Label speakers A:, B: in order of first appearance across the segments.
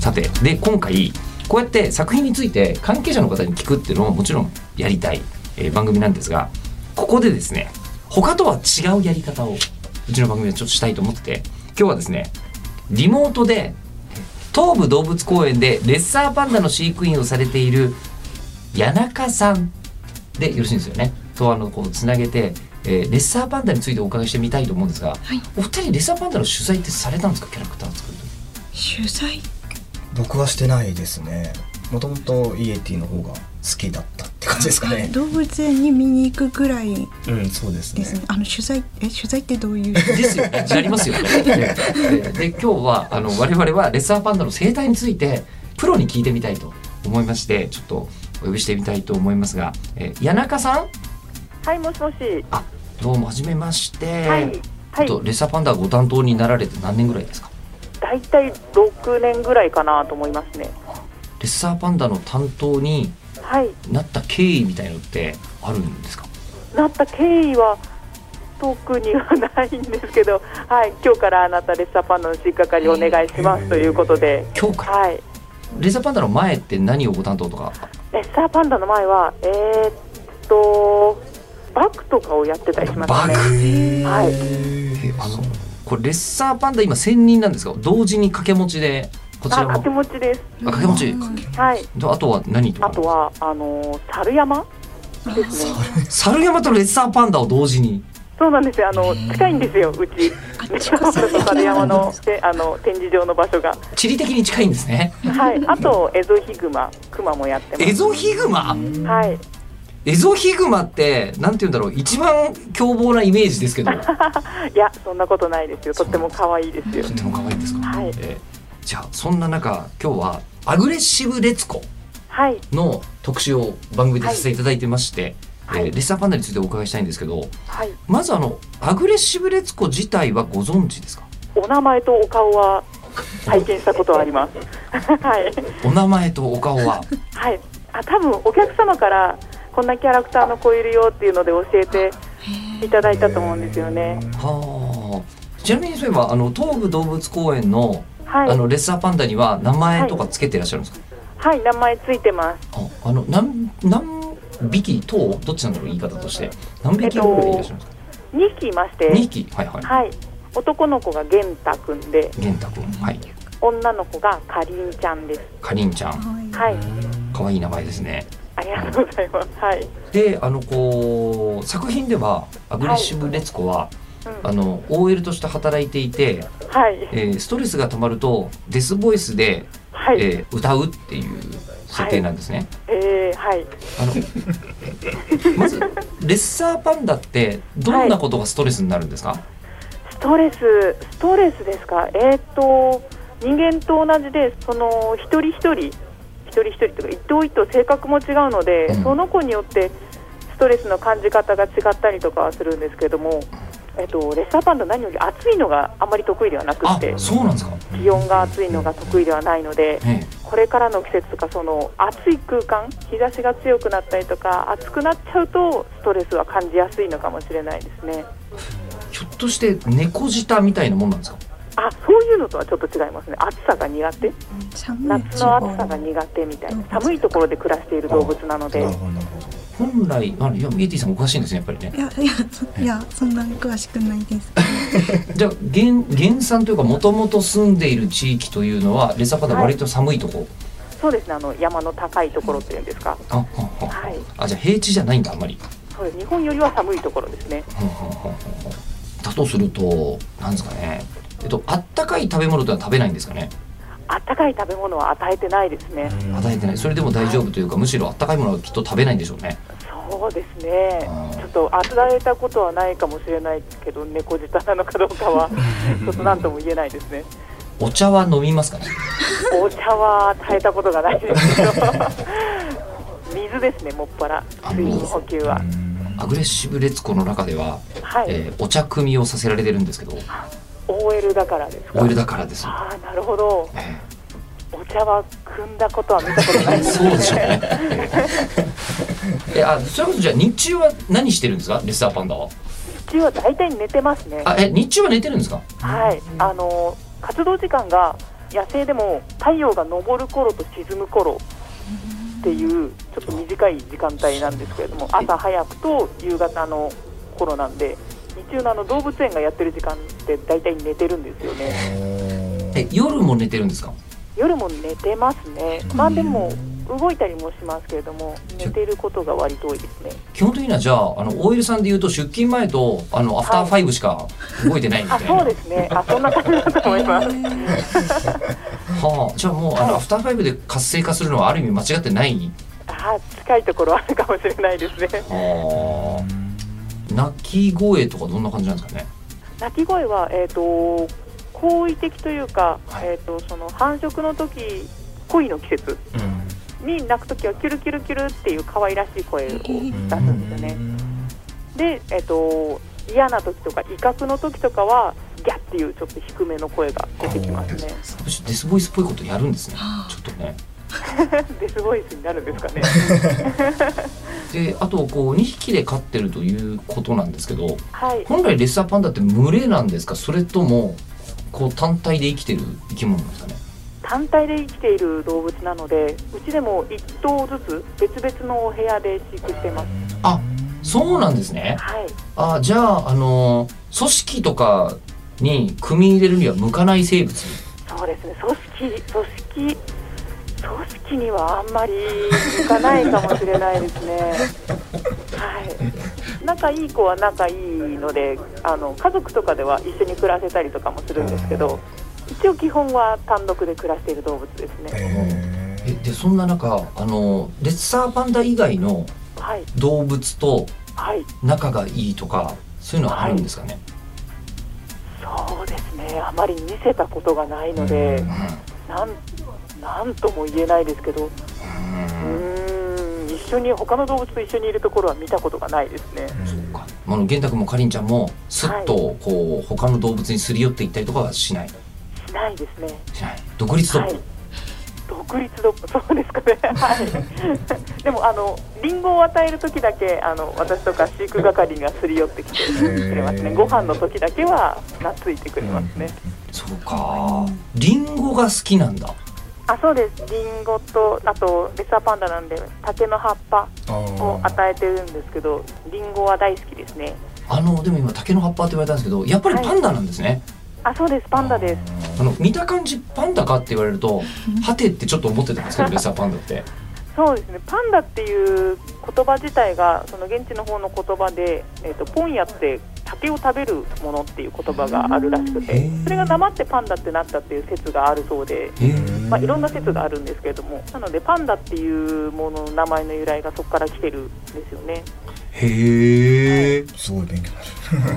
A: さてで今回こうやって作品について関係者の方に聞くっていうのももちろんやりたい、えー番組なんですがここでですね他とは違うやり方をうちの番組はちょっとしたいと思ってて今日はですねリモートで東武動物公園でレッサーパンダの飼育員をされている谷中さんでよろしいんですよねとあのこうつなげて、えーレッサーパンダについてお伺いしてみたいと思うんですが、お二人レッサーパンダの取材ってされたんですかキャラクター作る時
B: 取材
C: 僕はしてないですねもともとイエティの方が好きだったって感じですかね
B: 動物園に見に行くぐらい
C: うんそうですね
B: ですねあの取材え取材ってどういう
A: ですよね。なりますよね。ええで今日はあの我々はレッサーパンダの生態についてプロに聞いてみたいと思いましてちょっとお呼びしてみたいと思いますが、えー、谷中さん
D: はい、もしもし。
A: どうもはじめまして。
D: はい。は
A: えっと
D: い。
A: レッサーパンダご担当になられて何年ぐらいですか。
D: だいたい六年ぐらいかなと思いますね。
A: レッサーパンダの担当に
D: はい。
A: なった経緯みたいのってあるんですか。
D: なった経緯は。特にはないんですけど、はい、今日からあなたレッサーパンダの飼育係お願いしますということで。
A: 今日から
D: はい。
A: レッサーパンダの前って何をご担当とか。
D: レッサーパンダの前は、えー、っと。バックとかをやってたりしま
A: バ
D: す
A: グ
D: ね。。はい。
A: えあのこれレッサーパンダ今1000人なんですが同時に掛け持ちでこち
D: あ、
A: ら
D: 掛
A: も
D: け持ちです。
A: あ掛け持ち
D: はい。
A: であとは何とか
D: あとは、あのー、猿山。ですね。
A: 猿山とレッサーパンダを同時に
D: そうなんですよ。あの近いんですよ。うち。猿山のであの展示場の場所が。
A: 地理的に近いんですね
D: はい。あとエゾヒグマ、クマもやって
A: エ
D: ます。
A: ゾヒグマ
D: はい。
A: エゾヒグマってなんて言うんだろう一番凶暴なイメージです けどと
D: いやそんなことないですよ。とっても可愛いですよ。
A: っても可愛いですか、
D: はい
A: えーじゃあそんな中今日はアグレッシブレツコ
D: はい。
A: の特集を番組でさせていただいてまして、
D: はい
A: えーレッサーパンダについてお伺いしたいんですけど
D: はい。
A: まずあのアグレッシブレツコ自体はご存知ですか
D: お名前とお顔は拝見したことはあります。 はい。
A: お名前とお顔 は
D: はい。あ多分お客様からこんなキャラクターの子いるよっていうので教えていただいたと思うんですよね。
A: はあちなみにそういえばあの東武動物公園の
D: はい
A: あ。のレッサーパンダには名前とかつけていらっしゃるんですか。
D: はい。名前ついてます。
A: あ、あの何何匹頭どっちなんだろう言い方として何匹ぐらいいらっしゃるんですか。
D: 2匹いまして。
A: 二、匹はいはい。
D: はい。男の子が玄太くんで、
A: 玄太くんはい。
D: 女の子がかりんちゃんです。
A: かりんちゃん
D: はい。
A: 可愛い名前ですね。
D: ありがとうございます。はい。
A: であのこう作品ではアグレッシブレツコは、
D: うん
A: あの OL として働いていて、
D: はい。
A: えーストレスがたまるとデスボイスで、
D: はい。
A: えー歌うっていう設定なんですね。
D: えー、はい。
A: あのまずレッサーパンダってどんなことがストレスになるんですか、
D: ストレス、ストレスですか。えー、っと、人間と同じで、その一人一人、一人一人というか、一頭一頭性格も違うので、
A: うん
D: その子によって。ストレスの感じ方が違ったりとかはするんですけれども。えーっと、レッサーパンダ何より暑いのがあまり得意ではなく
A: あ
D: て
A: そうなんですか、
D: 気温が暑いのが得意ではないので、
A: え
D: これからの季節とかその暑い空間日差しが強くなったりとか暑くなっちゃうとストレスは感じやすいのかもしれないですね
A: えひょっとして猫舌みたいなもんなんですか
D: あそういうのとはちょっと違いますね暑さが苦手
B: 寒い
D: 夏の暑さが苦手みたいな寒いところで暮らしている動物なので
C: なるほどなるほど
A: 本来あいやイエティさんおかしいんですねやっぱりね
B: いやいやそいやそんな詳しくないです
A: じゃあ原原産というかもともと住んでいる地域というのはレッサーパンダ割と寒いとこ、
D: そうですねあの山の高いところっていうんですか
A: あはんはん
D: はい
A: あじゃあ平地じゃないんだあんまり
D: そうです日本よりは寒いところですね
A: はんはんはんはんはんだとするとなんですかねえっとあったかい食べ物というのは食べないんですかね
D: あったかい食べ物は与えてないですね
A: 与えてないそれでも大丈夫というかむしろあったかいものはきっと食べないんでしょうね
D: そうですね
A: あー
D: ちょっと与えたこ とはないかもしれないけど猫舌なのかどうかはちょっと何とも言えないですね
A: お茶は飲みますかね
D: お茶は耐えたことがないですけど水ですねもっぱら
A: あ
D: 水分
A: 水
D: 補給は
C: う、ん
A: アグレッシブレツコの中では、
D: はい、
A: えーお茶組みをさせられてるんですけど
D: OL だからですか
A: オイルだからです、
D: ああなるほど
A: え
D: お茶は汲んだことは見たことな
A: ー
D: いです
A: そうでしょう ねえあそれこそじゃあ日中は何してるんですかレッサーパンダは
D: 日中は大体寝てますね
A: あえ日中は寝てるんですか
D: はいあの活動時間が野生でも太陽が昇る頃と沈む頃っていうちょっと短い時間帯なんですけれども朝早くと夕方の頃なんで日中のあの動物園がやってる時間って大体寝てるんですよね
A: え夜も寝てるんですか
D: 夜も寝てますねまあでも動いたりもしますけれども寝てることが割と多いですね
A: 基本的にはじゃああのオイルさんで言うと出勤前とあのアフターファイブしか動いてないみた
D: あ
A: いな、
D: そうですねあそんな感じだと思います
A: はあ、じゃあもうあの、アフターファイブで活性化するのはある意味間違ってない
D: あ近いところあるかもしれないですね
A: はあ鳴き声とかどんな感じなんですかね
D: 鳴き声は、えー、と好意的というか、
A: はい
D: えー、とその繁殖の時恋の季節に鳴く時はキュルキュルキュルっていう可愛らしい声を出す
C: うんん
D: ですよね。で、えー、と嫌な時とか威嚇の時とかはギャっていうちょっと低めの声が出てきますね。
A: 私デスボイスっぽいことやるんですね
B: はあ
A: ちょっとね
D: デスボイスになるんですか ね。
A: であとこう2匹で飼ってるということなんですけど
D: はい、
A: 本来レッサーパンダって群れなんですかそれともこう単体で生きてる生き物なんですかね
D: 単体で生きている動物なのでうちでも1頭ずつ別々のお部屋で飼育してます。
A: あそうなんですね
D: はい
A: あじゃああの組織とかに組み入れるには向かない生物
D: そうですね、組織、組織、組織にはあんまり向かないかもしれないです ね。はい。仲いい子は仲いいので、あの家族とかでは一緒に暮らせたりとかもするんですけど、一応基本は単独で暮らしている動物ですね。
C: え
A: えでそんな中あのレッサーパンダ以外の
D: はい、
A: 動物と
D: はい、
A: 仲がいいとかそういうのはあるんですかね、
D: そうですね。あまり見せたことがないので、なん、なんとも言えないですけど、
A: う
D: う
A: ん
D: ーん、一緒に他の動物と一緒にいるところは見たことがないですね。
A: そうかあの玄太君もかりんちゃんもすっとこう、他の動物にすり寄っていったりとかはしない
D: しないですね。
A: しない独立トッ
D: は
A: プ、
D: い、独立独 そうですかね、はい、 でもあのリンゴを与える時だけあの私とか飼育係がすり寄ってきてくれますねご飯の時だけは懐いてくれますね、
A: そうかりんごが好きなんだ
D: あそうですリンゴとあとレッサーパンダなんで竹の葉っぱを与えてるんですけどリンゴは大好きですね
A: あのでも今竹の葉っぱって言われたんですけどやっぱりパンダなんですね、
D: あそうですパンダです
A: あの見た感じパンダかって言われる とはてってちょっと思ってたんですけどレッサーパンダって
D: そうですねパンダっていう言葉自体がその現地の方の言葉で、えー、とポンヤって竹を食べるものっていう言葉があるらしく
A: へ
D: て
A: ー
D: それが黙ってパンダってなったっていう説があるそうで、
A: えー
D: まあ、いろんな説があるんですけれどもなのでパンダっていうものの名前の由来がそこから来てるんですよね
A: へえ
C: すごい勉強になる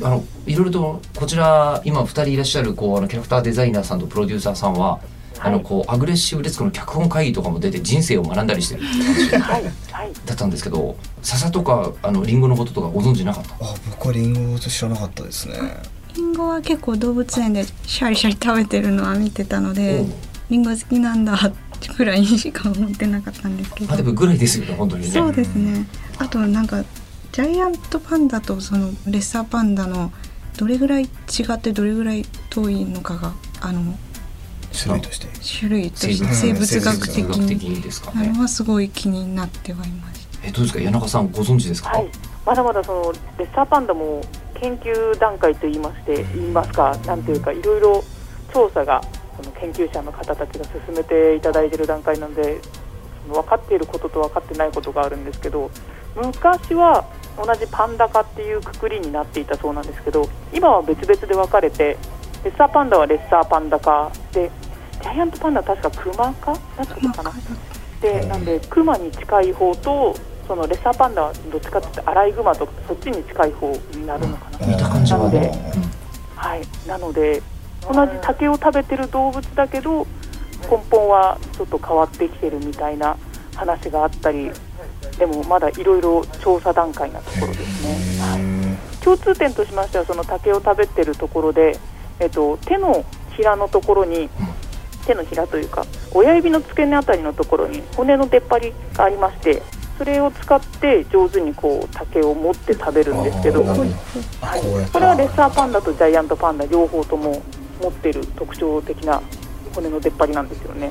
A: あのいろいろとこちら今2人いらっしゃるこうあのキャラクターデザイナーさんとプロデューサーさんは、あのこうアグレッシブレツコの脚本会議とかも出て人生を学んだりしてる
D: はいはい
A: だったんですけど笹とかあのリンゴのこととかご存知なかった
C: あ僕はリンゴと知らなかったですね
B: リンゴは結構動物園でシャリシャリ食べてるのは見てたので、リンゴ好きなんだくらいしか思ってなかったんですけど
A: あでもぐらいですよね本当にね
B: そうですねあとなんかジャイアントパンダとそのレッサーパンダのどれぐらい違ってどれぐらい遠いのかがあの
C: 種類として
B: 種類として
C: 生
B: 生
C: 物
B: 物学的
A: 生物学的
B: に
A: にですか
B: あれ
A: ね
B: はすごい気になってはいました
A: えどうですか谷中さんご存知ですか、
D: はい、まだまだそのレッサーパンダも研究段階といいまして言いますか、なんていうかいろいろ調査がその研究者の方たちが進めていただいている段階なのでその分かっていることと分かってないことがあるんですけど昔は同じパンダ科っていうくくりになっていたそうなんですけど今は別々で分かれてレッサーパンダはレッサーパンダ科でジャイアントパンダは確かクマ科だったのかな。でなんでクマに近い方とそのレッサーパンダはどっちかっていうとアライグマとかそっちに近い方になるのかな、
A: 見た感じは
D: なので
A: ね、うん
D: はいなので同じ竹を食べてる動物だけど根本はちょっと変わってきてるみたいな話があったりでもまだいろいろ調査段階なところですね。はい共通点としましてはその竹を食べてるところで、えっと、手のひらのところに手のひらというか親指の付け根あたりのところに骨の出っ張りがありましてそれを使って上手にこう竹を持って食べるんですけど、
C: あーなるほどあ
D: はい
C: こうやって
D: これはレッサーパンダとジャイアントパンダ両方とも持ってる特徴的な骨の出っ張りなんですよね。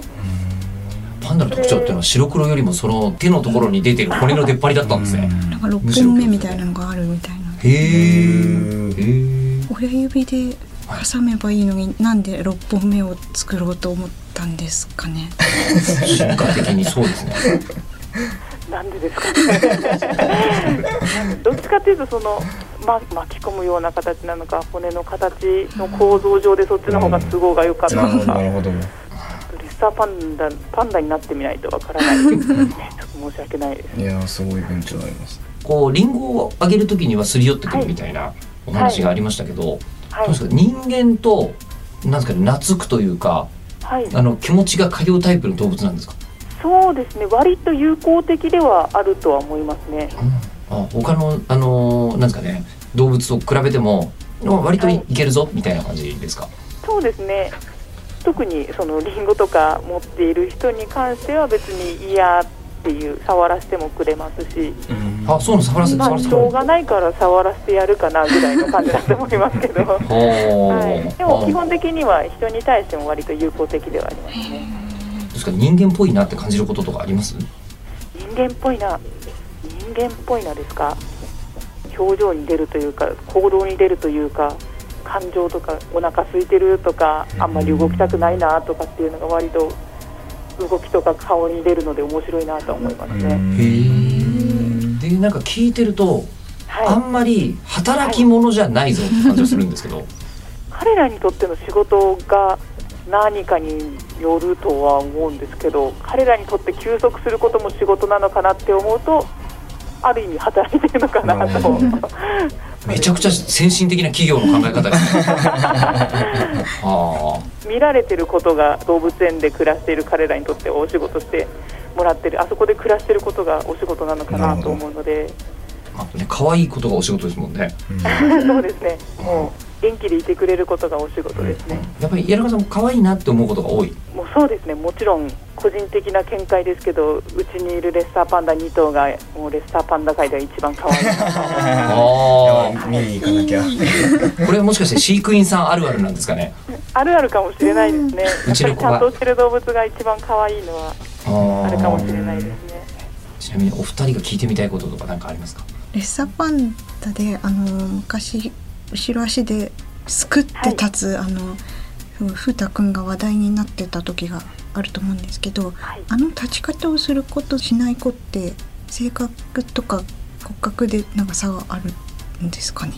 A: パンダの特徴っていうのは白黒よりもその手のところに出てる骨の出っ張りだったんですね。
B: なんか6本目みたいなのがあるみたいな
A: へえ。へえ。
B: 親指で挟めばいいのになんで6本目を作ろうと思ったんですかね
A: 進化的にそうですね。
D: なんでですかね どっちかというとその、ま、巻き込むような形なのか骨の形の構造上でそっちの方が都合が良かった
C: なるほど
D: のか、
C: な
D: レ
C: るほど
D: ッサーパンダパンダになってみないとわからないねちょっと申し訳ないです
C: いやーすごい勉強になります
A: こうリンゴをあげるときにはすり寄ってくるみたいなお話がありましたけど、
D: は
A: どうですか人間となんですかね懐くというか
D: い、は
A: あ
D: い、
A: の気持ちが通うタイプの動物なんですか。
D: そうですね割と友好的ではあるとは思いますね
A: あ他のあのーなんですかね動物と比べてもまあ割といけるぞみたいな感じですか。
D: そうですね特にそのリンゴとか持っている人に関しては別に嫌っていう触らせてもくれますし
A: あそうなの触らせて
D: ま
A: 触
D: あ、
A: らせ。
D: してょうがないから触らせてやるかなぐらいの感じだと思いますけど、 は
A: ほー
D: い、でも基本的には人に対しても割と有効的ではあります
A: ど
D: ね
A: うですか人間っぽいなって感じることとかあります
D: 人間っぽいな人間っぽいなですか表情に出るというか行動に出るというか感情とかお腹空いてるとかあんまり動きたくないなとかっていうのが割と動きとか顔に出るので面白いなとは思いますね、
A: へえでなんか聞いてるとあ
D: はい、
A: んまり働き者じゃないぞって感じがするんですけ ど
D: 彼らにとっての仕事が何かによるとは思うんですけど彼らにとって休息することも仕事なのかなって思うとある意味働いてるのかな
C: なる
D: と
C: ほど
A: めちゃくちゃ先進的な企業の考え方ですね あ
D: 見られてることが動物園で暮らしている彼らにとってお仕事してもらってるあそこで暮らしてることがお仕事なのかなと思うので
A: ーまあね可愛いことがお仕事ですもんね
D: そうですねもう元気でいてくれることがお仕事ですね、
A: やっぱり谷中さんも可愛いなって思うことが多い
D: もうそうですねもちろん個人的な見解ですけどうちにいるレッサーパンダ2頭がもうレッサーパンダ界では一番可愛いなと思います
A: あ
C: や
A: あ
C: ばい見に行かなきゃ
A: これもしかして飼育員さんあるあるなんですかね
D: あるあるかもしれないですね。
A: う
D: や
A: ちの
D: っ
A: 子
D: ぱり
A: が
D: 担当してる動物が一番可愛いのは
A: あー
D: あるかもしれないですね。
A: ちなみにお二人が聞いてみたいこととか何かありますか
B: レッサーパンダであの昔後ろ足ですくって立つ、あの風太くんが話題になってた時があると思うんですけど、
D: はい
B: あの立ち方をする子としない子って性格とか骨格でなんか差があるんですかね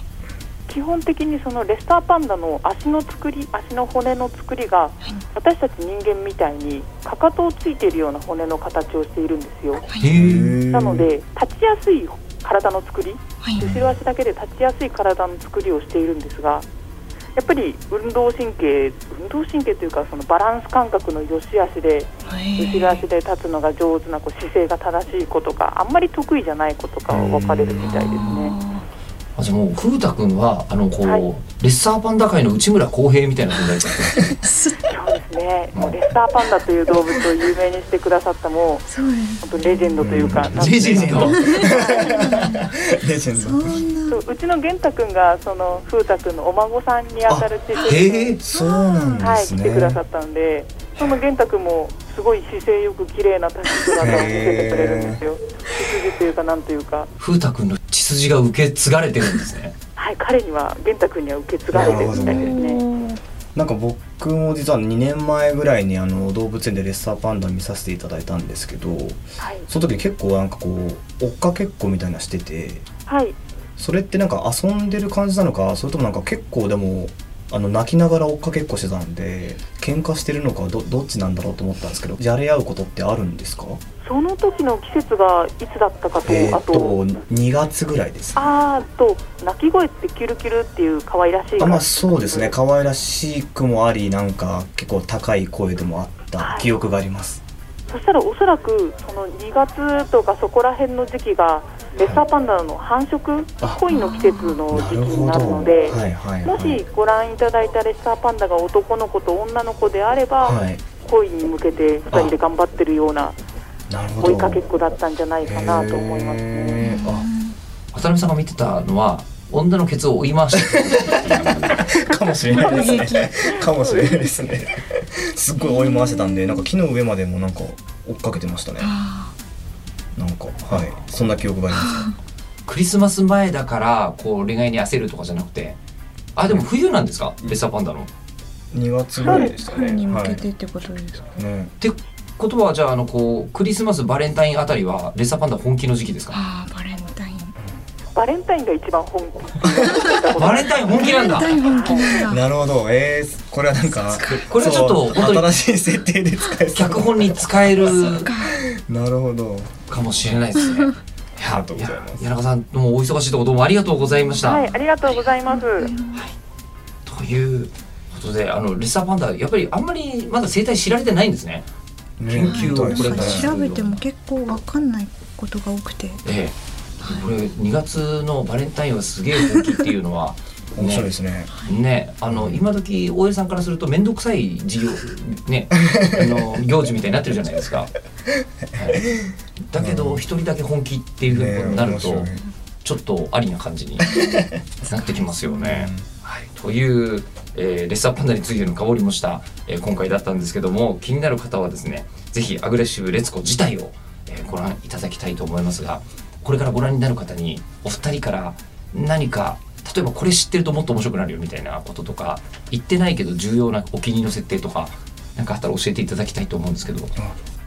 D: 基本的にそのレッサーパンダの足の作り、足の骨の作りが私たち人間みたいにかかとをついているような骨の形をしているんですよ。
A: へえ
D: なので立ちやすい体の作り、
B: はい
D: 後ろ足だけで立ちやすい体の作りをしているんですが、やっぱり運動神経、運動神経というかそのバランス感覚の良し悪しで後ろ足で立つのが上手な子姿勢が正しい子とかあんまり得意じゃない子とかは分かれるみたいですね。
A: あじゃあもう風太くんはあのこう、
D: はい
A: レッサーパンダ界の内村航平みたいな存在ですか
B: す
D: そうですねもうレッサーパンダという動物を有名にしてくださったもう
B: そうです
D: 本当レジェンドというかなんて
A: レ
D: い
A: ジ
D: う
A: ェンド
C: レジェン
B: そ
C: ド
B: んな
D: そううちの玄太くんがその風太くんのお孫さんにあたるって
A: へえ
C: そうなんで
D: はい
C: す
D: 来
C: ね。
D: てくださったんでその玄太くんもすごい姿勢よく綺麗な立ち姿を見せてくれるんですよ。背筋というかなんというか
A: 風太くんの血筋が受け継がれてるんですね
D: はい彼には玄太くんには受け継がれてるみたいですね。
C: なんか僕も実は2年前ぐらいにあの動物園でレッサーパンダ見させていただいたんですけど、
D: はい
C: その時結構なんかこう追っかけっこみたいなしてて、
D: はい
C: それってなんか遊んでる感じなのか、それともなんか結構でもあの泣きながら追っかけっこしてたんで喧嘩してるのかどどっちなんだろうと思ったんですけどじゃれ合うことってあるんですか
D: その時の季節がいつだったかと、
C: えー
D: あ
C: っと
D: と
C: 2月ぐらいですね
D: あーと鳴き声ってキュルキュルっていう可愛らしい
C: あまあそうですね可愛らしくもありなんか結構高い声でもあった記憶があります
D: そしたらおそらくその2月とかそこら辺の時期がレッサーパンダの繁殖
C: あ
D: 恋の季節の
C: な
D: 時期
C: る
D: に
C: ほ
D: なる
C: ど
D: ので、
C: はいはい
D: も
C: はい
D: しご覧いただいたレッサーパンダが男の子と女の子であれば、
C: はい
D: 恋に向けて2人で頑張ってるような
C: なるほど
D: 追いかけっこだったんじゃないかなと思いますね。
C: へー
A: 渡辺さんが見てたのは女のケツを追い回して
C: あかもしれないですねかもしれないですねすっごい追い回してたんでなんか木の上までもなんか追っかけてましたね
B: あ
C: なんかはいそんな記憶がありま
A: クリスマス前だからこう恋愛に焦るとかじゃなくてあでも冬なんですかレッサーパンダの。っ
C: す2月ぐらいでした
B: ー春
C: ね
B: に向
C: は
B: けて
C: い
B: ってことですか、
C: ね
A: てことはじゃああのこうクリスマスバレンタインあたりはレッサーパンダ本気の時期ですか
B: ああバレンタイン
D: バレンタインが一番本気
A: バレンタイン本気なんだ
B: バレンタイン本気なんだ
C: なるほどえー、これはなんか
A: これはちょっと
C: そう
A: 本当に
C: 新しい設定で使えそう
A: 脚本に使える
B: か
C: なるほど
A: かもしれないですね。 い
C: ありがとうございます
A: や谷中さんどうもお忙しいところどうもありがとうございました。
D: はい、ありがとうございます。
A: ということであのレッサーパンダやっぱりあんまりまだ生態知られてないんですね。
C: ね
A: 研究をこれから
B: 調べても結構わかんないことが多くて
A: ええ、これ2月のバレンタインはすげえ本気っていうのは
C: 面白いですね
A: ねあの今時大江さんからすると面倒くさい事業ねあの行事みたいになってるじゃないですか。はいだけど一人だけ本気っていうふうになると
C: ね面白い
A: ちょっとありな感じになってきますよね。はい、という、えーレッサーパンダについての深掘りもした、えー今回だったんですけども気になる方はですねぜひアグレッシブレツコ自体を、えーご覧いただきたいと思いますがこれからご覧になる方にお二人から何か例えばこれ知ってるともっと面白くなるよみたいなこととか言ってないけど重要なお気に入りの設定とか何かあったら教えていただきたいと思うんですけど。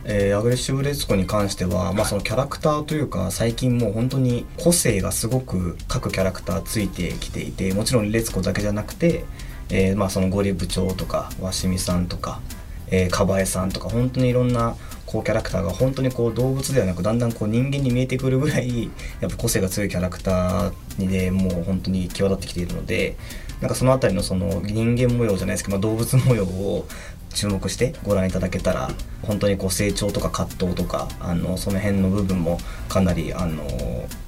C: えーアグレッシブ・レツコに関しては、まあ、そのキャラクターというか最近もう本当に個性がすごく各キャラクターついてきていてもちろんレツコだけじゃなくて、えーまあ、そのゴリ部長とか鷲見さんとか、えー、カバエさんとか本当にいろんなこうキャラクターが本当にこう動物ではなくだんだんこう人間に見えてくるぐらいやっぱ個性が強いキャラクターにでもう本当に際立ってきているのでなんかそのあたりのその人間模様じゃないですけど、まあ、動物模様を注目してご覧いただけたら本当にこう成長とか葛藤とかあのその辺の部分もかなりあの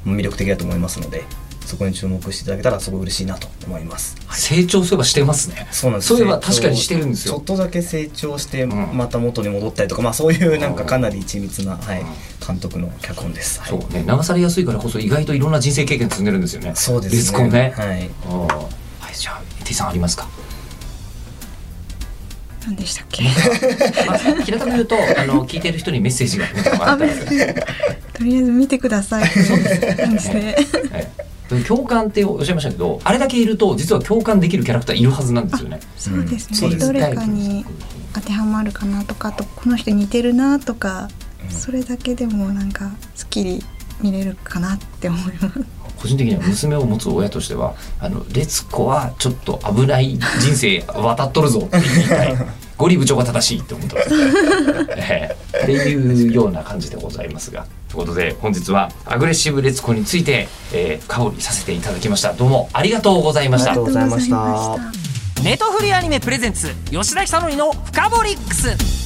C: 魅力的だと思いますのでそこに注目していただけたらすごい嬉しいなと思います。
A: 成長すればしてますね。
C: そうなんです
A: そういえば
C: 成長
A: 確かにしてるんです
C: ちょ
A: よ
C: っ。とだけ成長して
A: うん
C: また元に戻ったりとか、まあそういうなん
A: う
C: か
A: ん
C: かなり緻密な、はい
A: うん、
C: 監督の脚本です。はい
A: そうね、流されやすいからこそ意外といろんな人生経験積んでるんですよね。
C: そうですね。
A: リスコね。
C: はい。
A: うんはい、じゃあ、T さんあり ますか。
B: 何でしたっけ
A: まあ、平たく言うと、あの、聞いてる人にメッセージが、ね、あ
B: あ
A: った
B: メ
A: ら
B: ッセージ とりあえず見てくださいそうですね
A: はい共感っておっしゃいましたけど、あれだけいると、実は共感できるキャラクターいるはずなんですよね。
B: そうです
C: そう
B: ね
C: です
B: どれかに当てはまるかなとかあとこの人似てるなとかそれだけでもなんかすっきり見れるかなって思います
A: 個人的には娘を持つ親としては「あのレツコはちょっと危ない人生渡っとるぞ」って言いた いゴリ部長が正しいって思ってます、 ええっていうような感じでございますがということで本日はアグレッシブレツコについて、えー、深掘りさせていただきましたどうもありがとうございました
C: ありがとうございました
B: ありがとうございました
E: ネトフリアニメプレゼンツ吉田久典のフカボリックス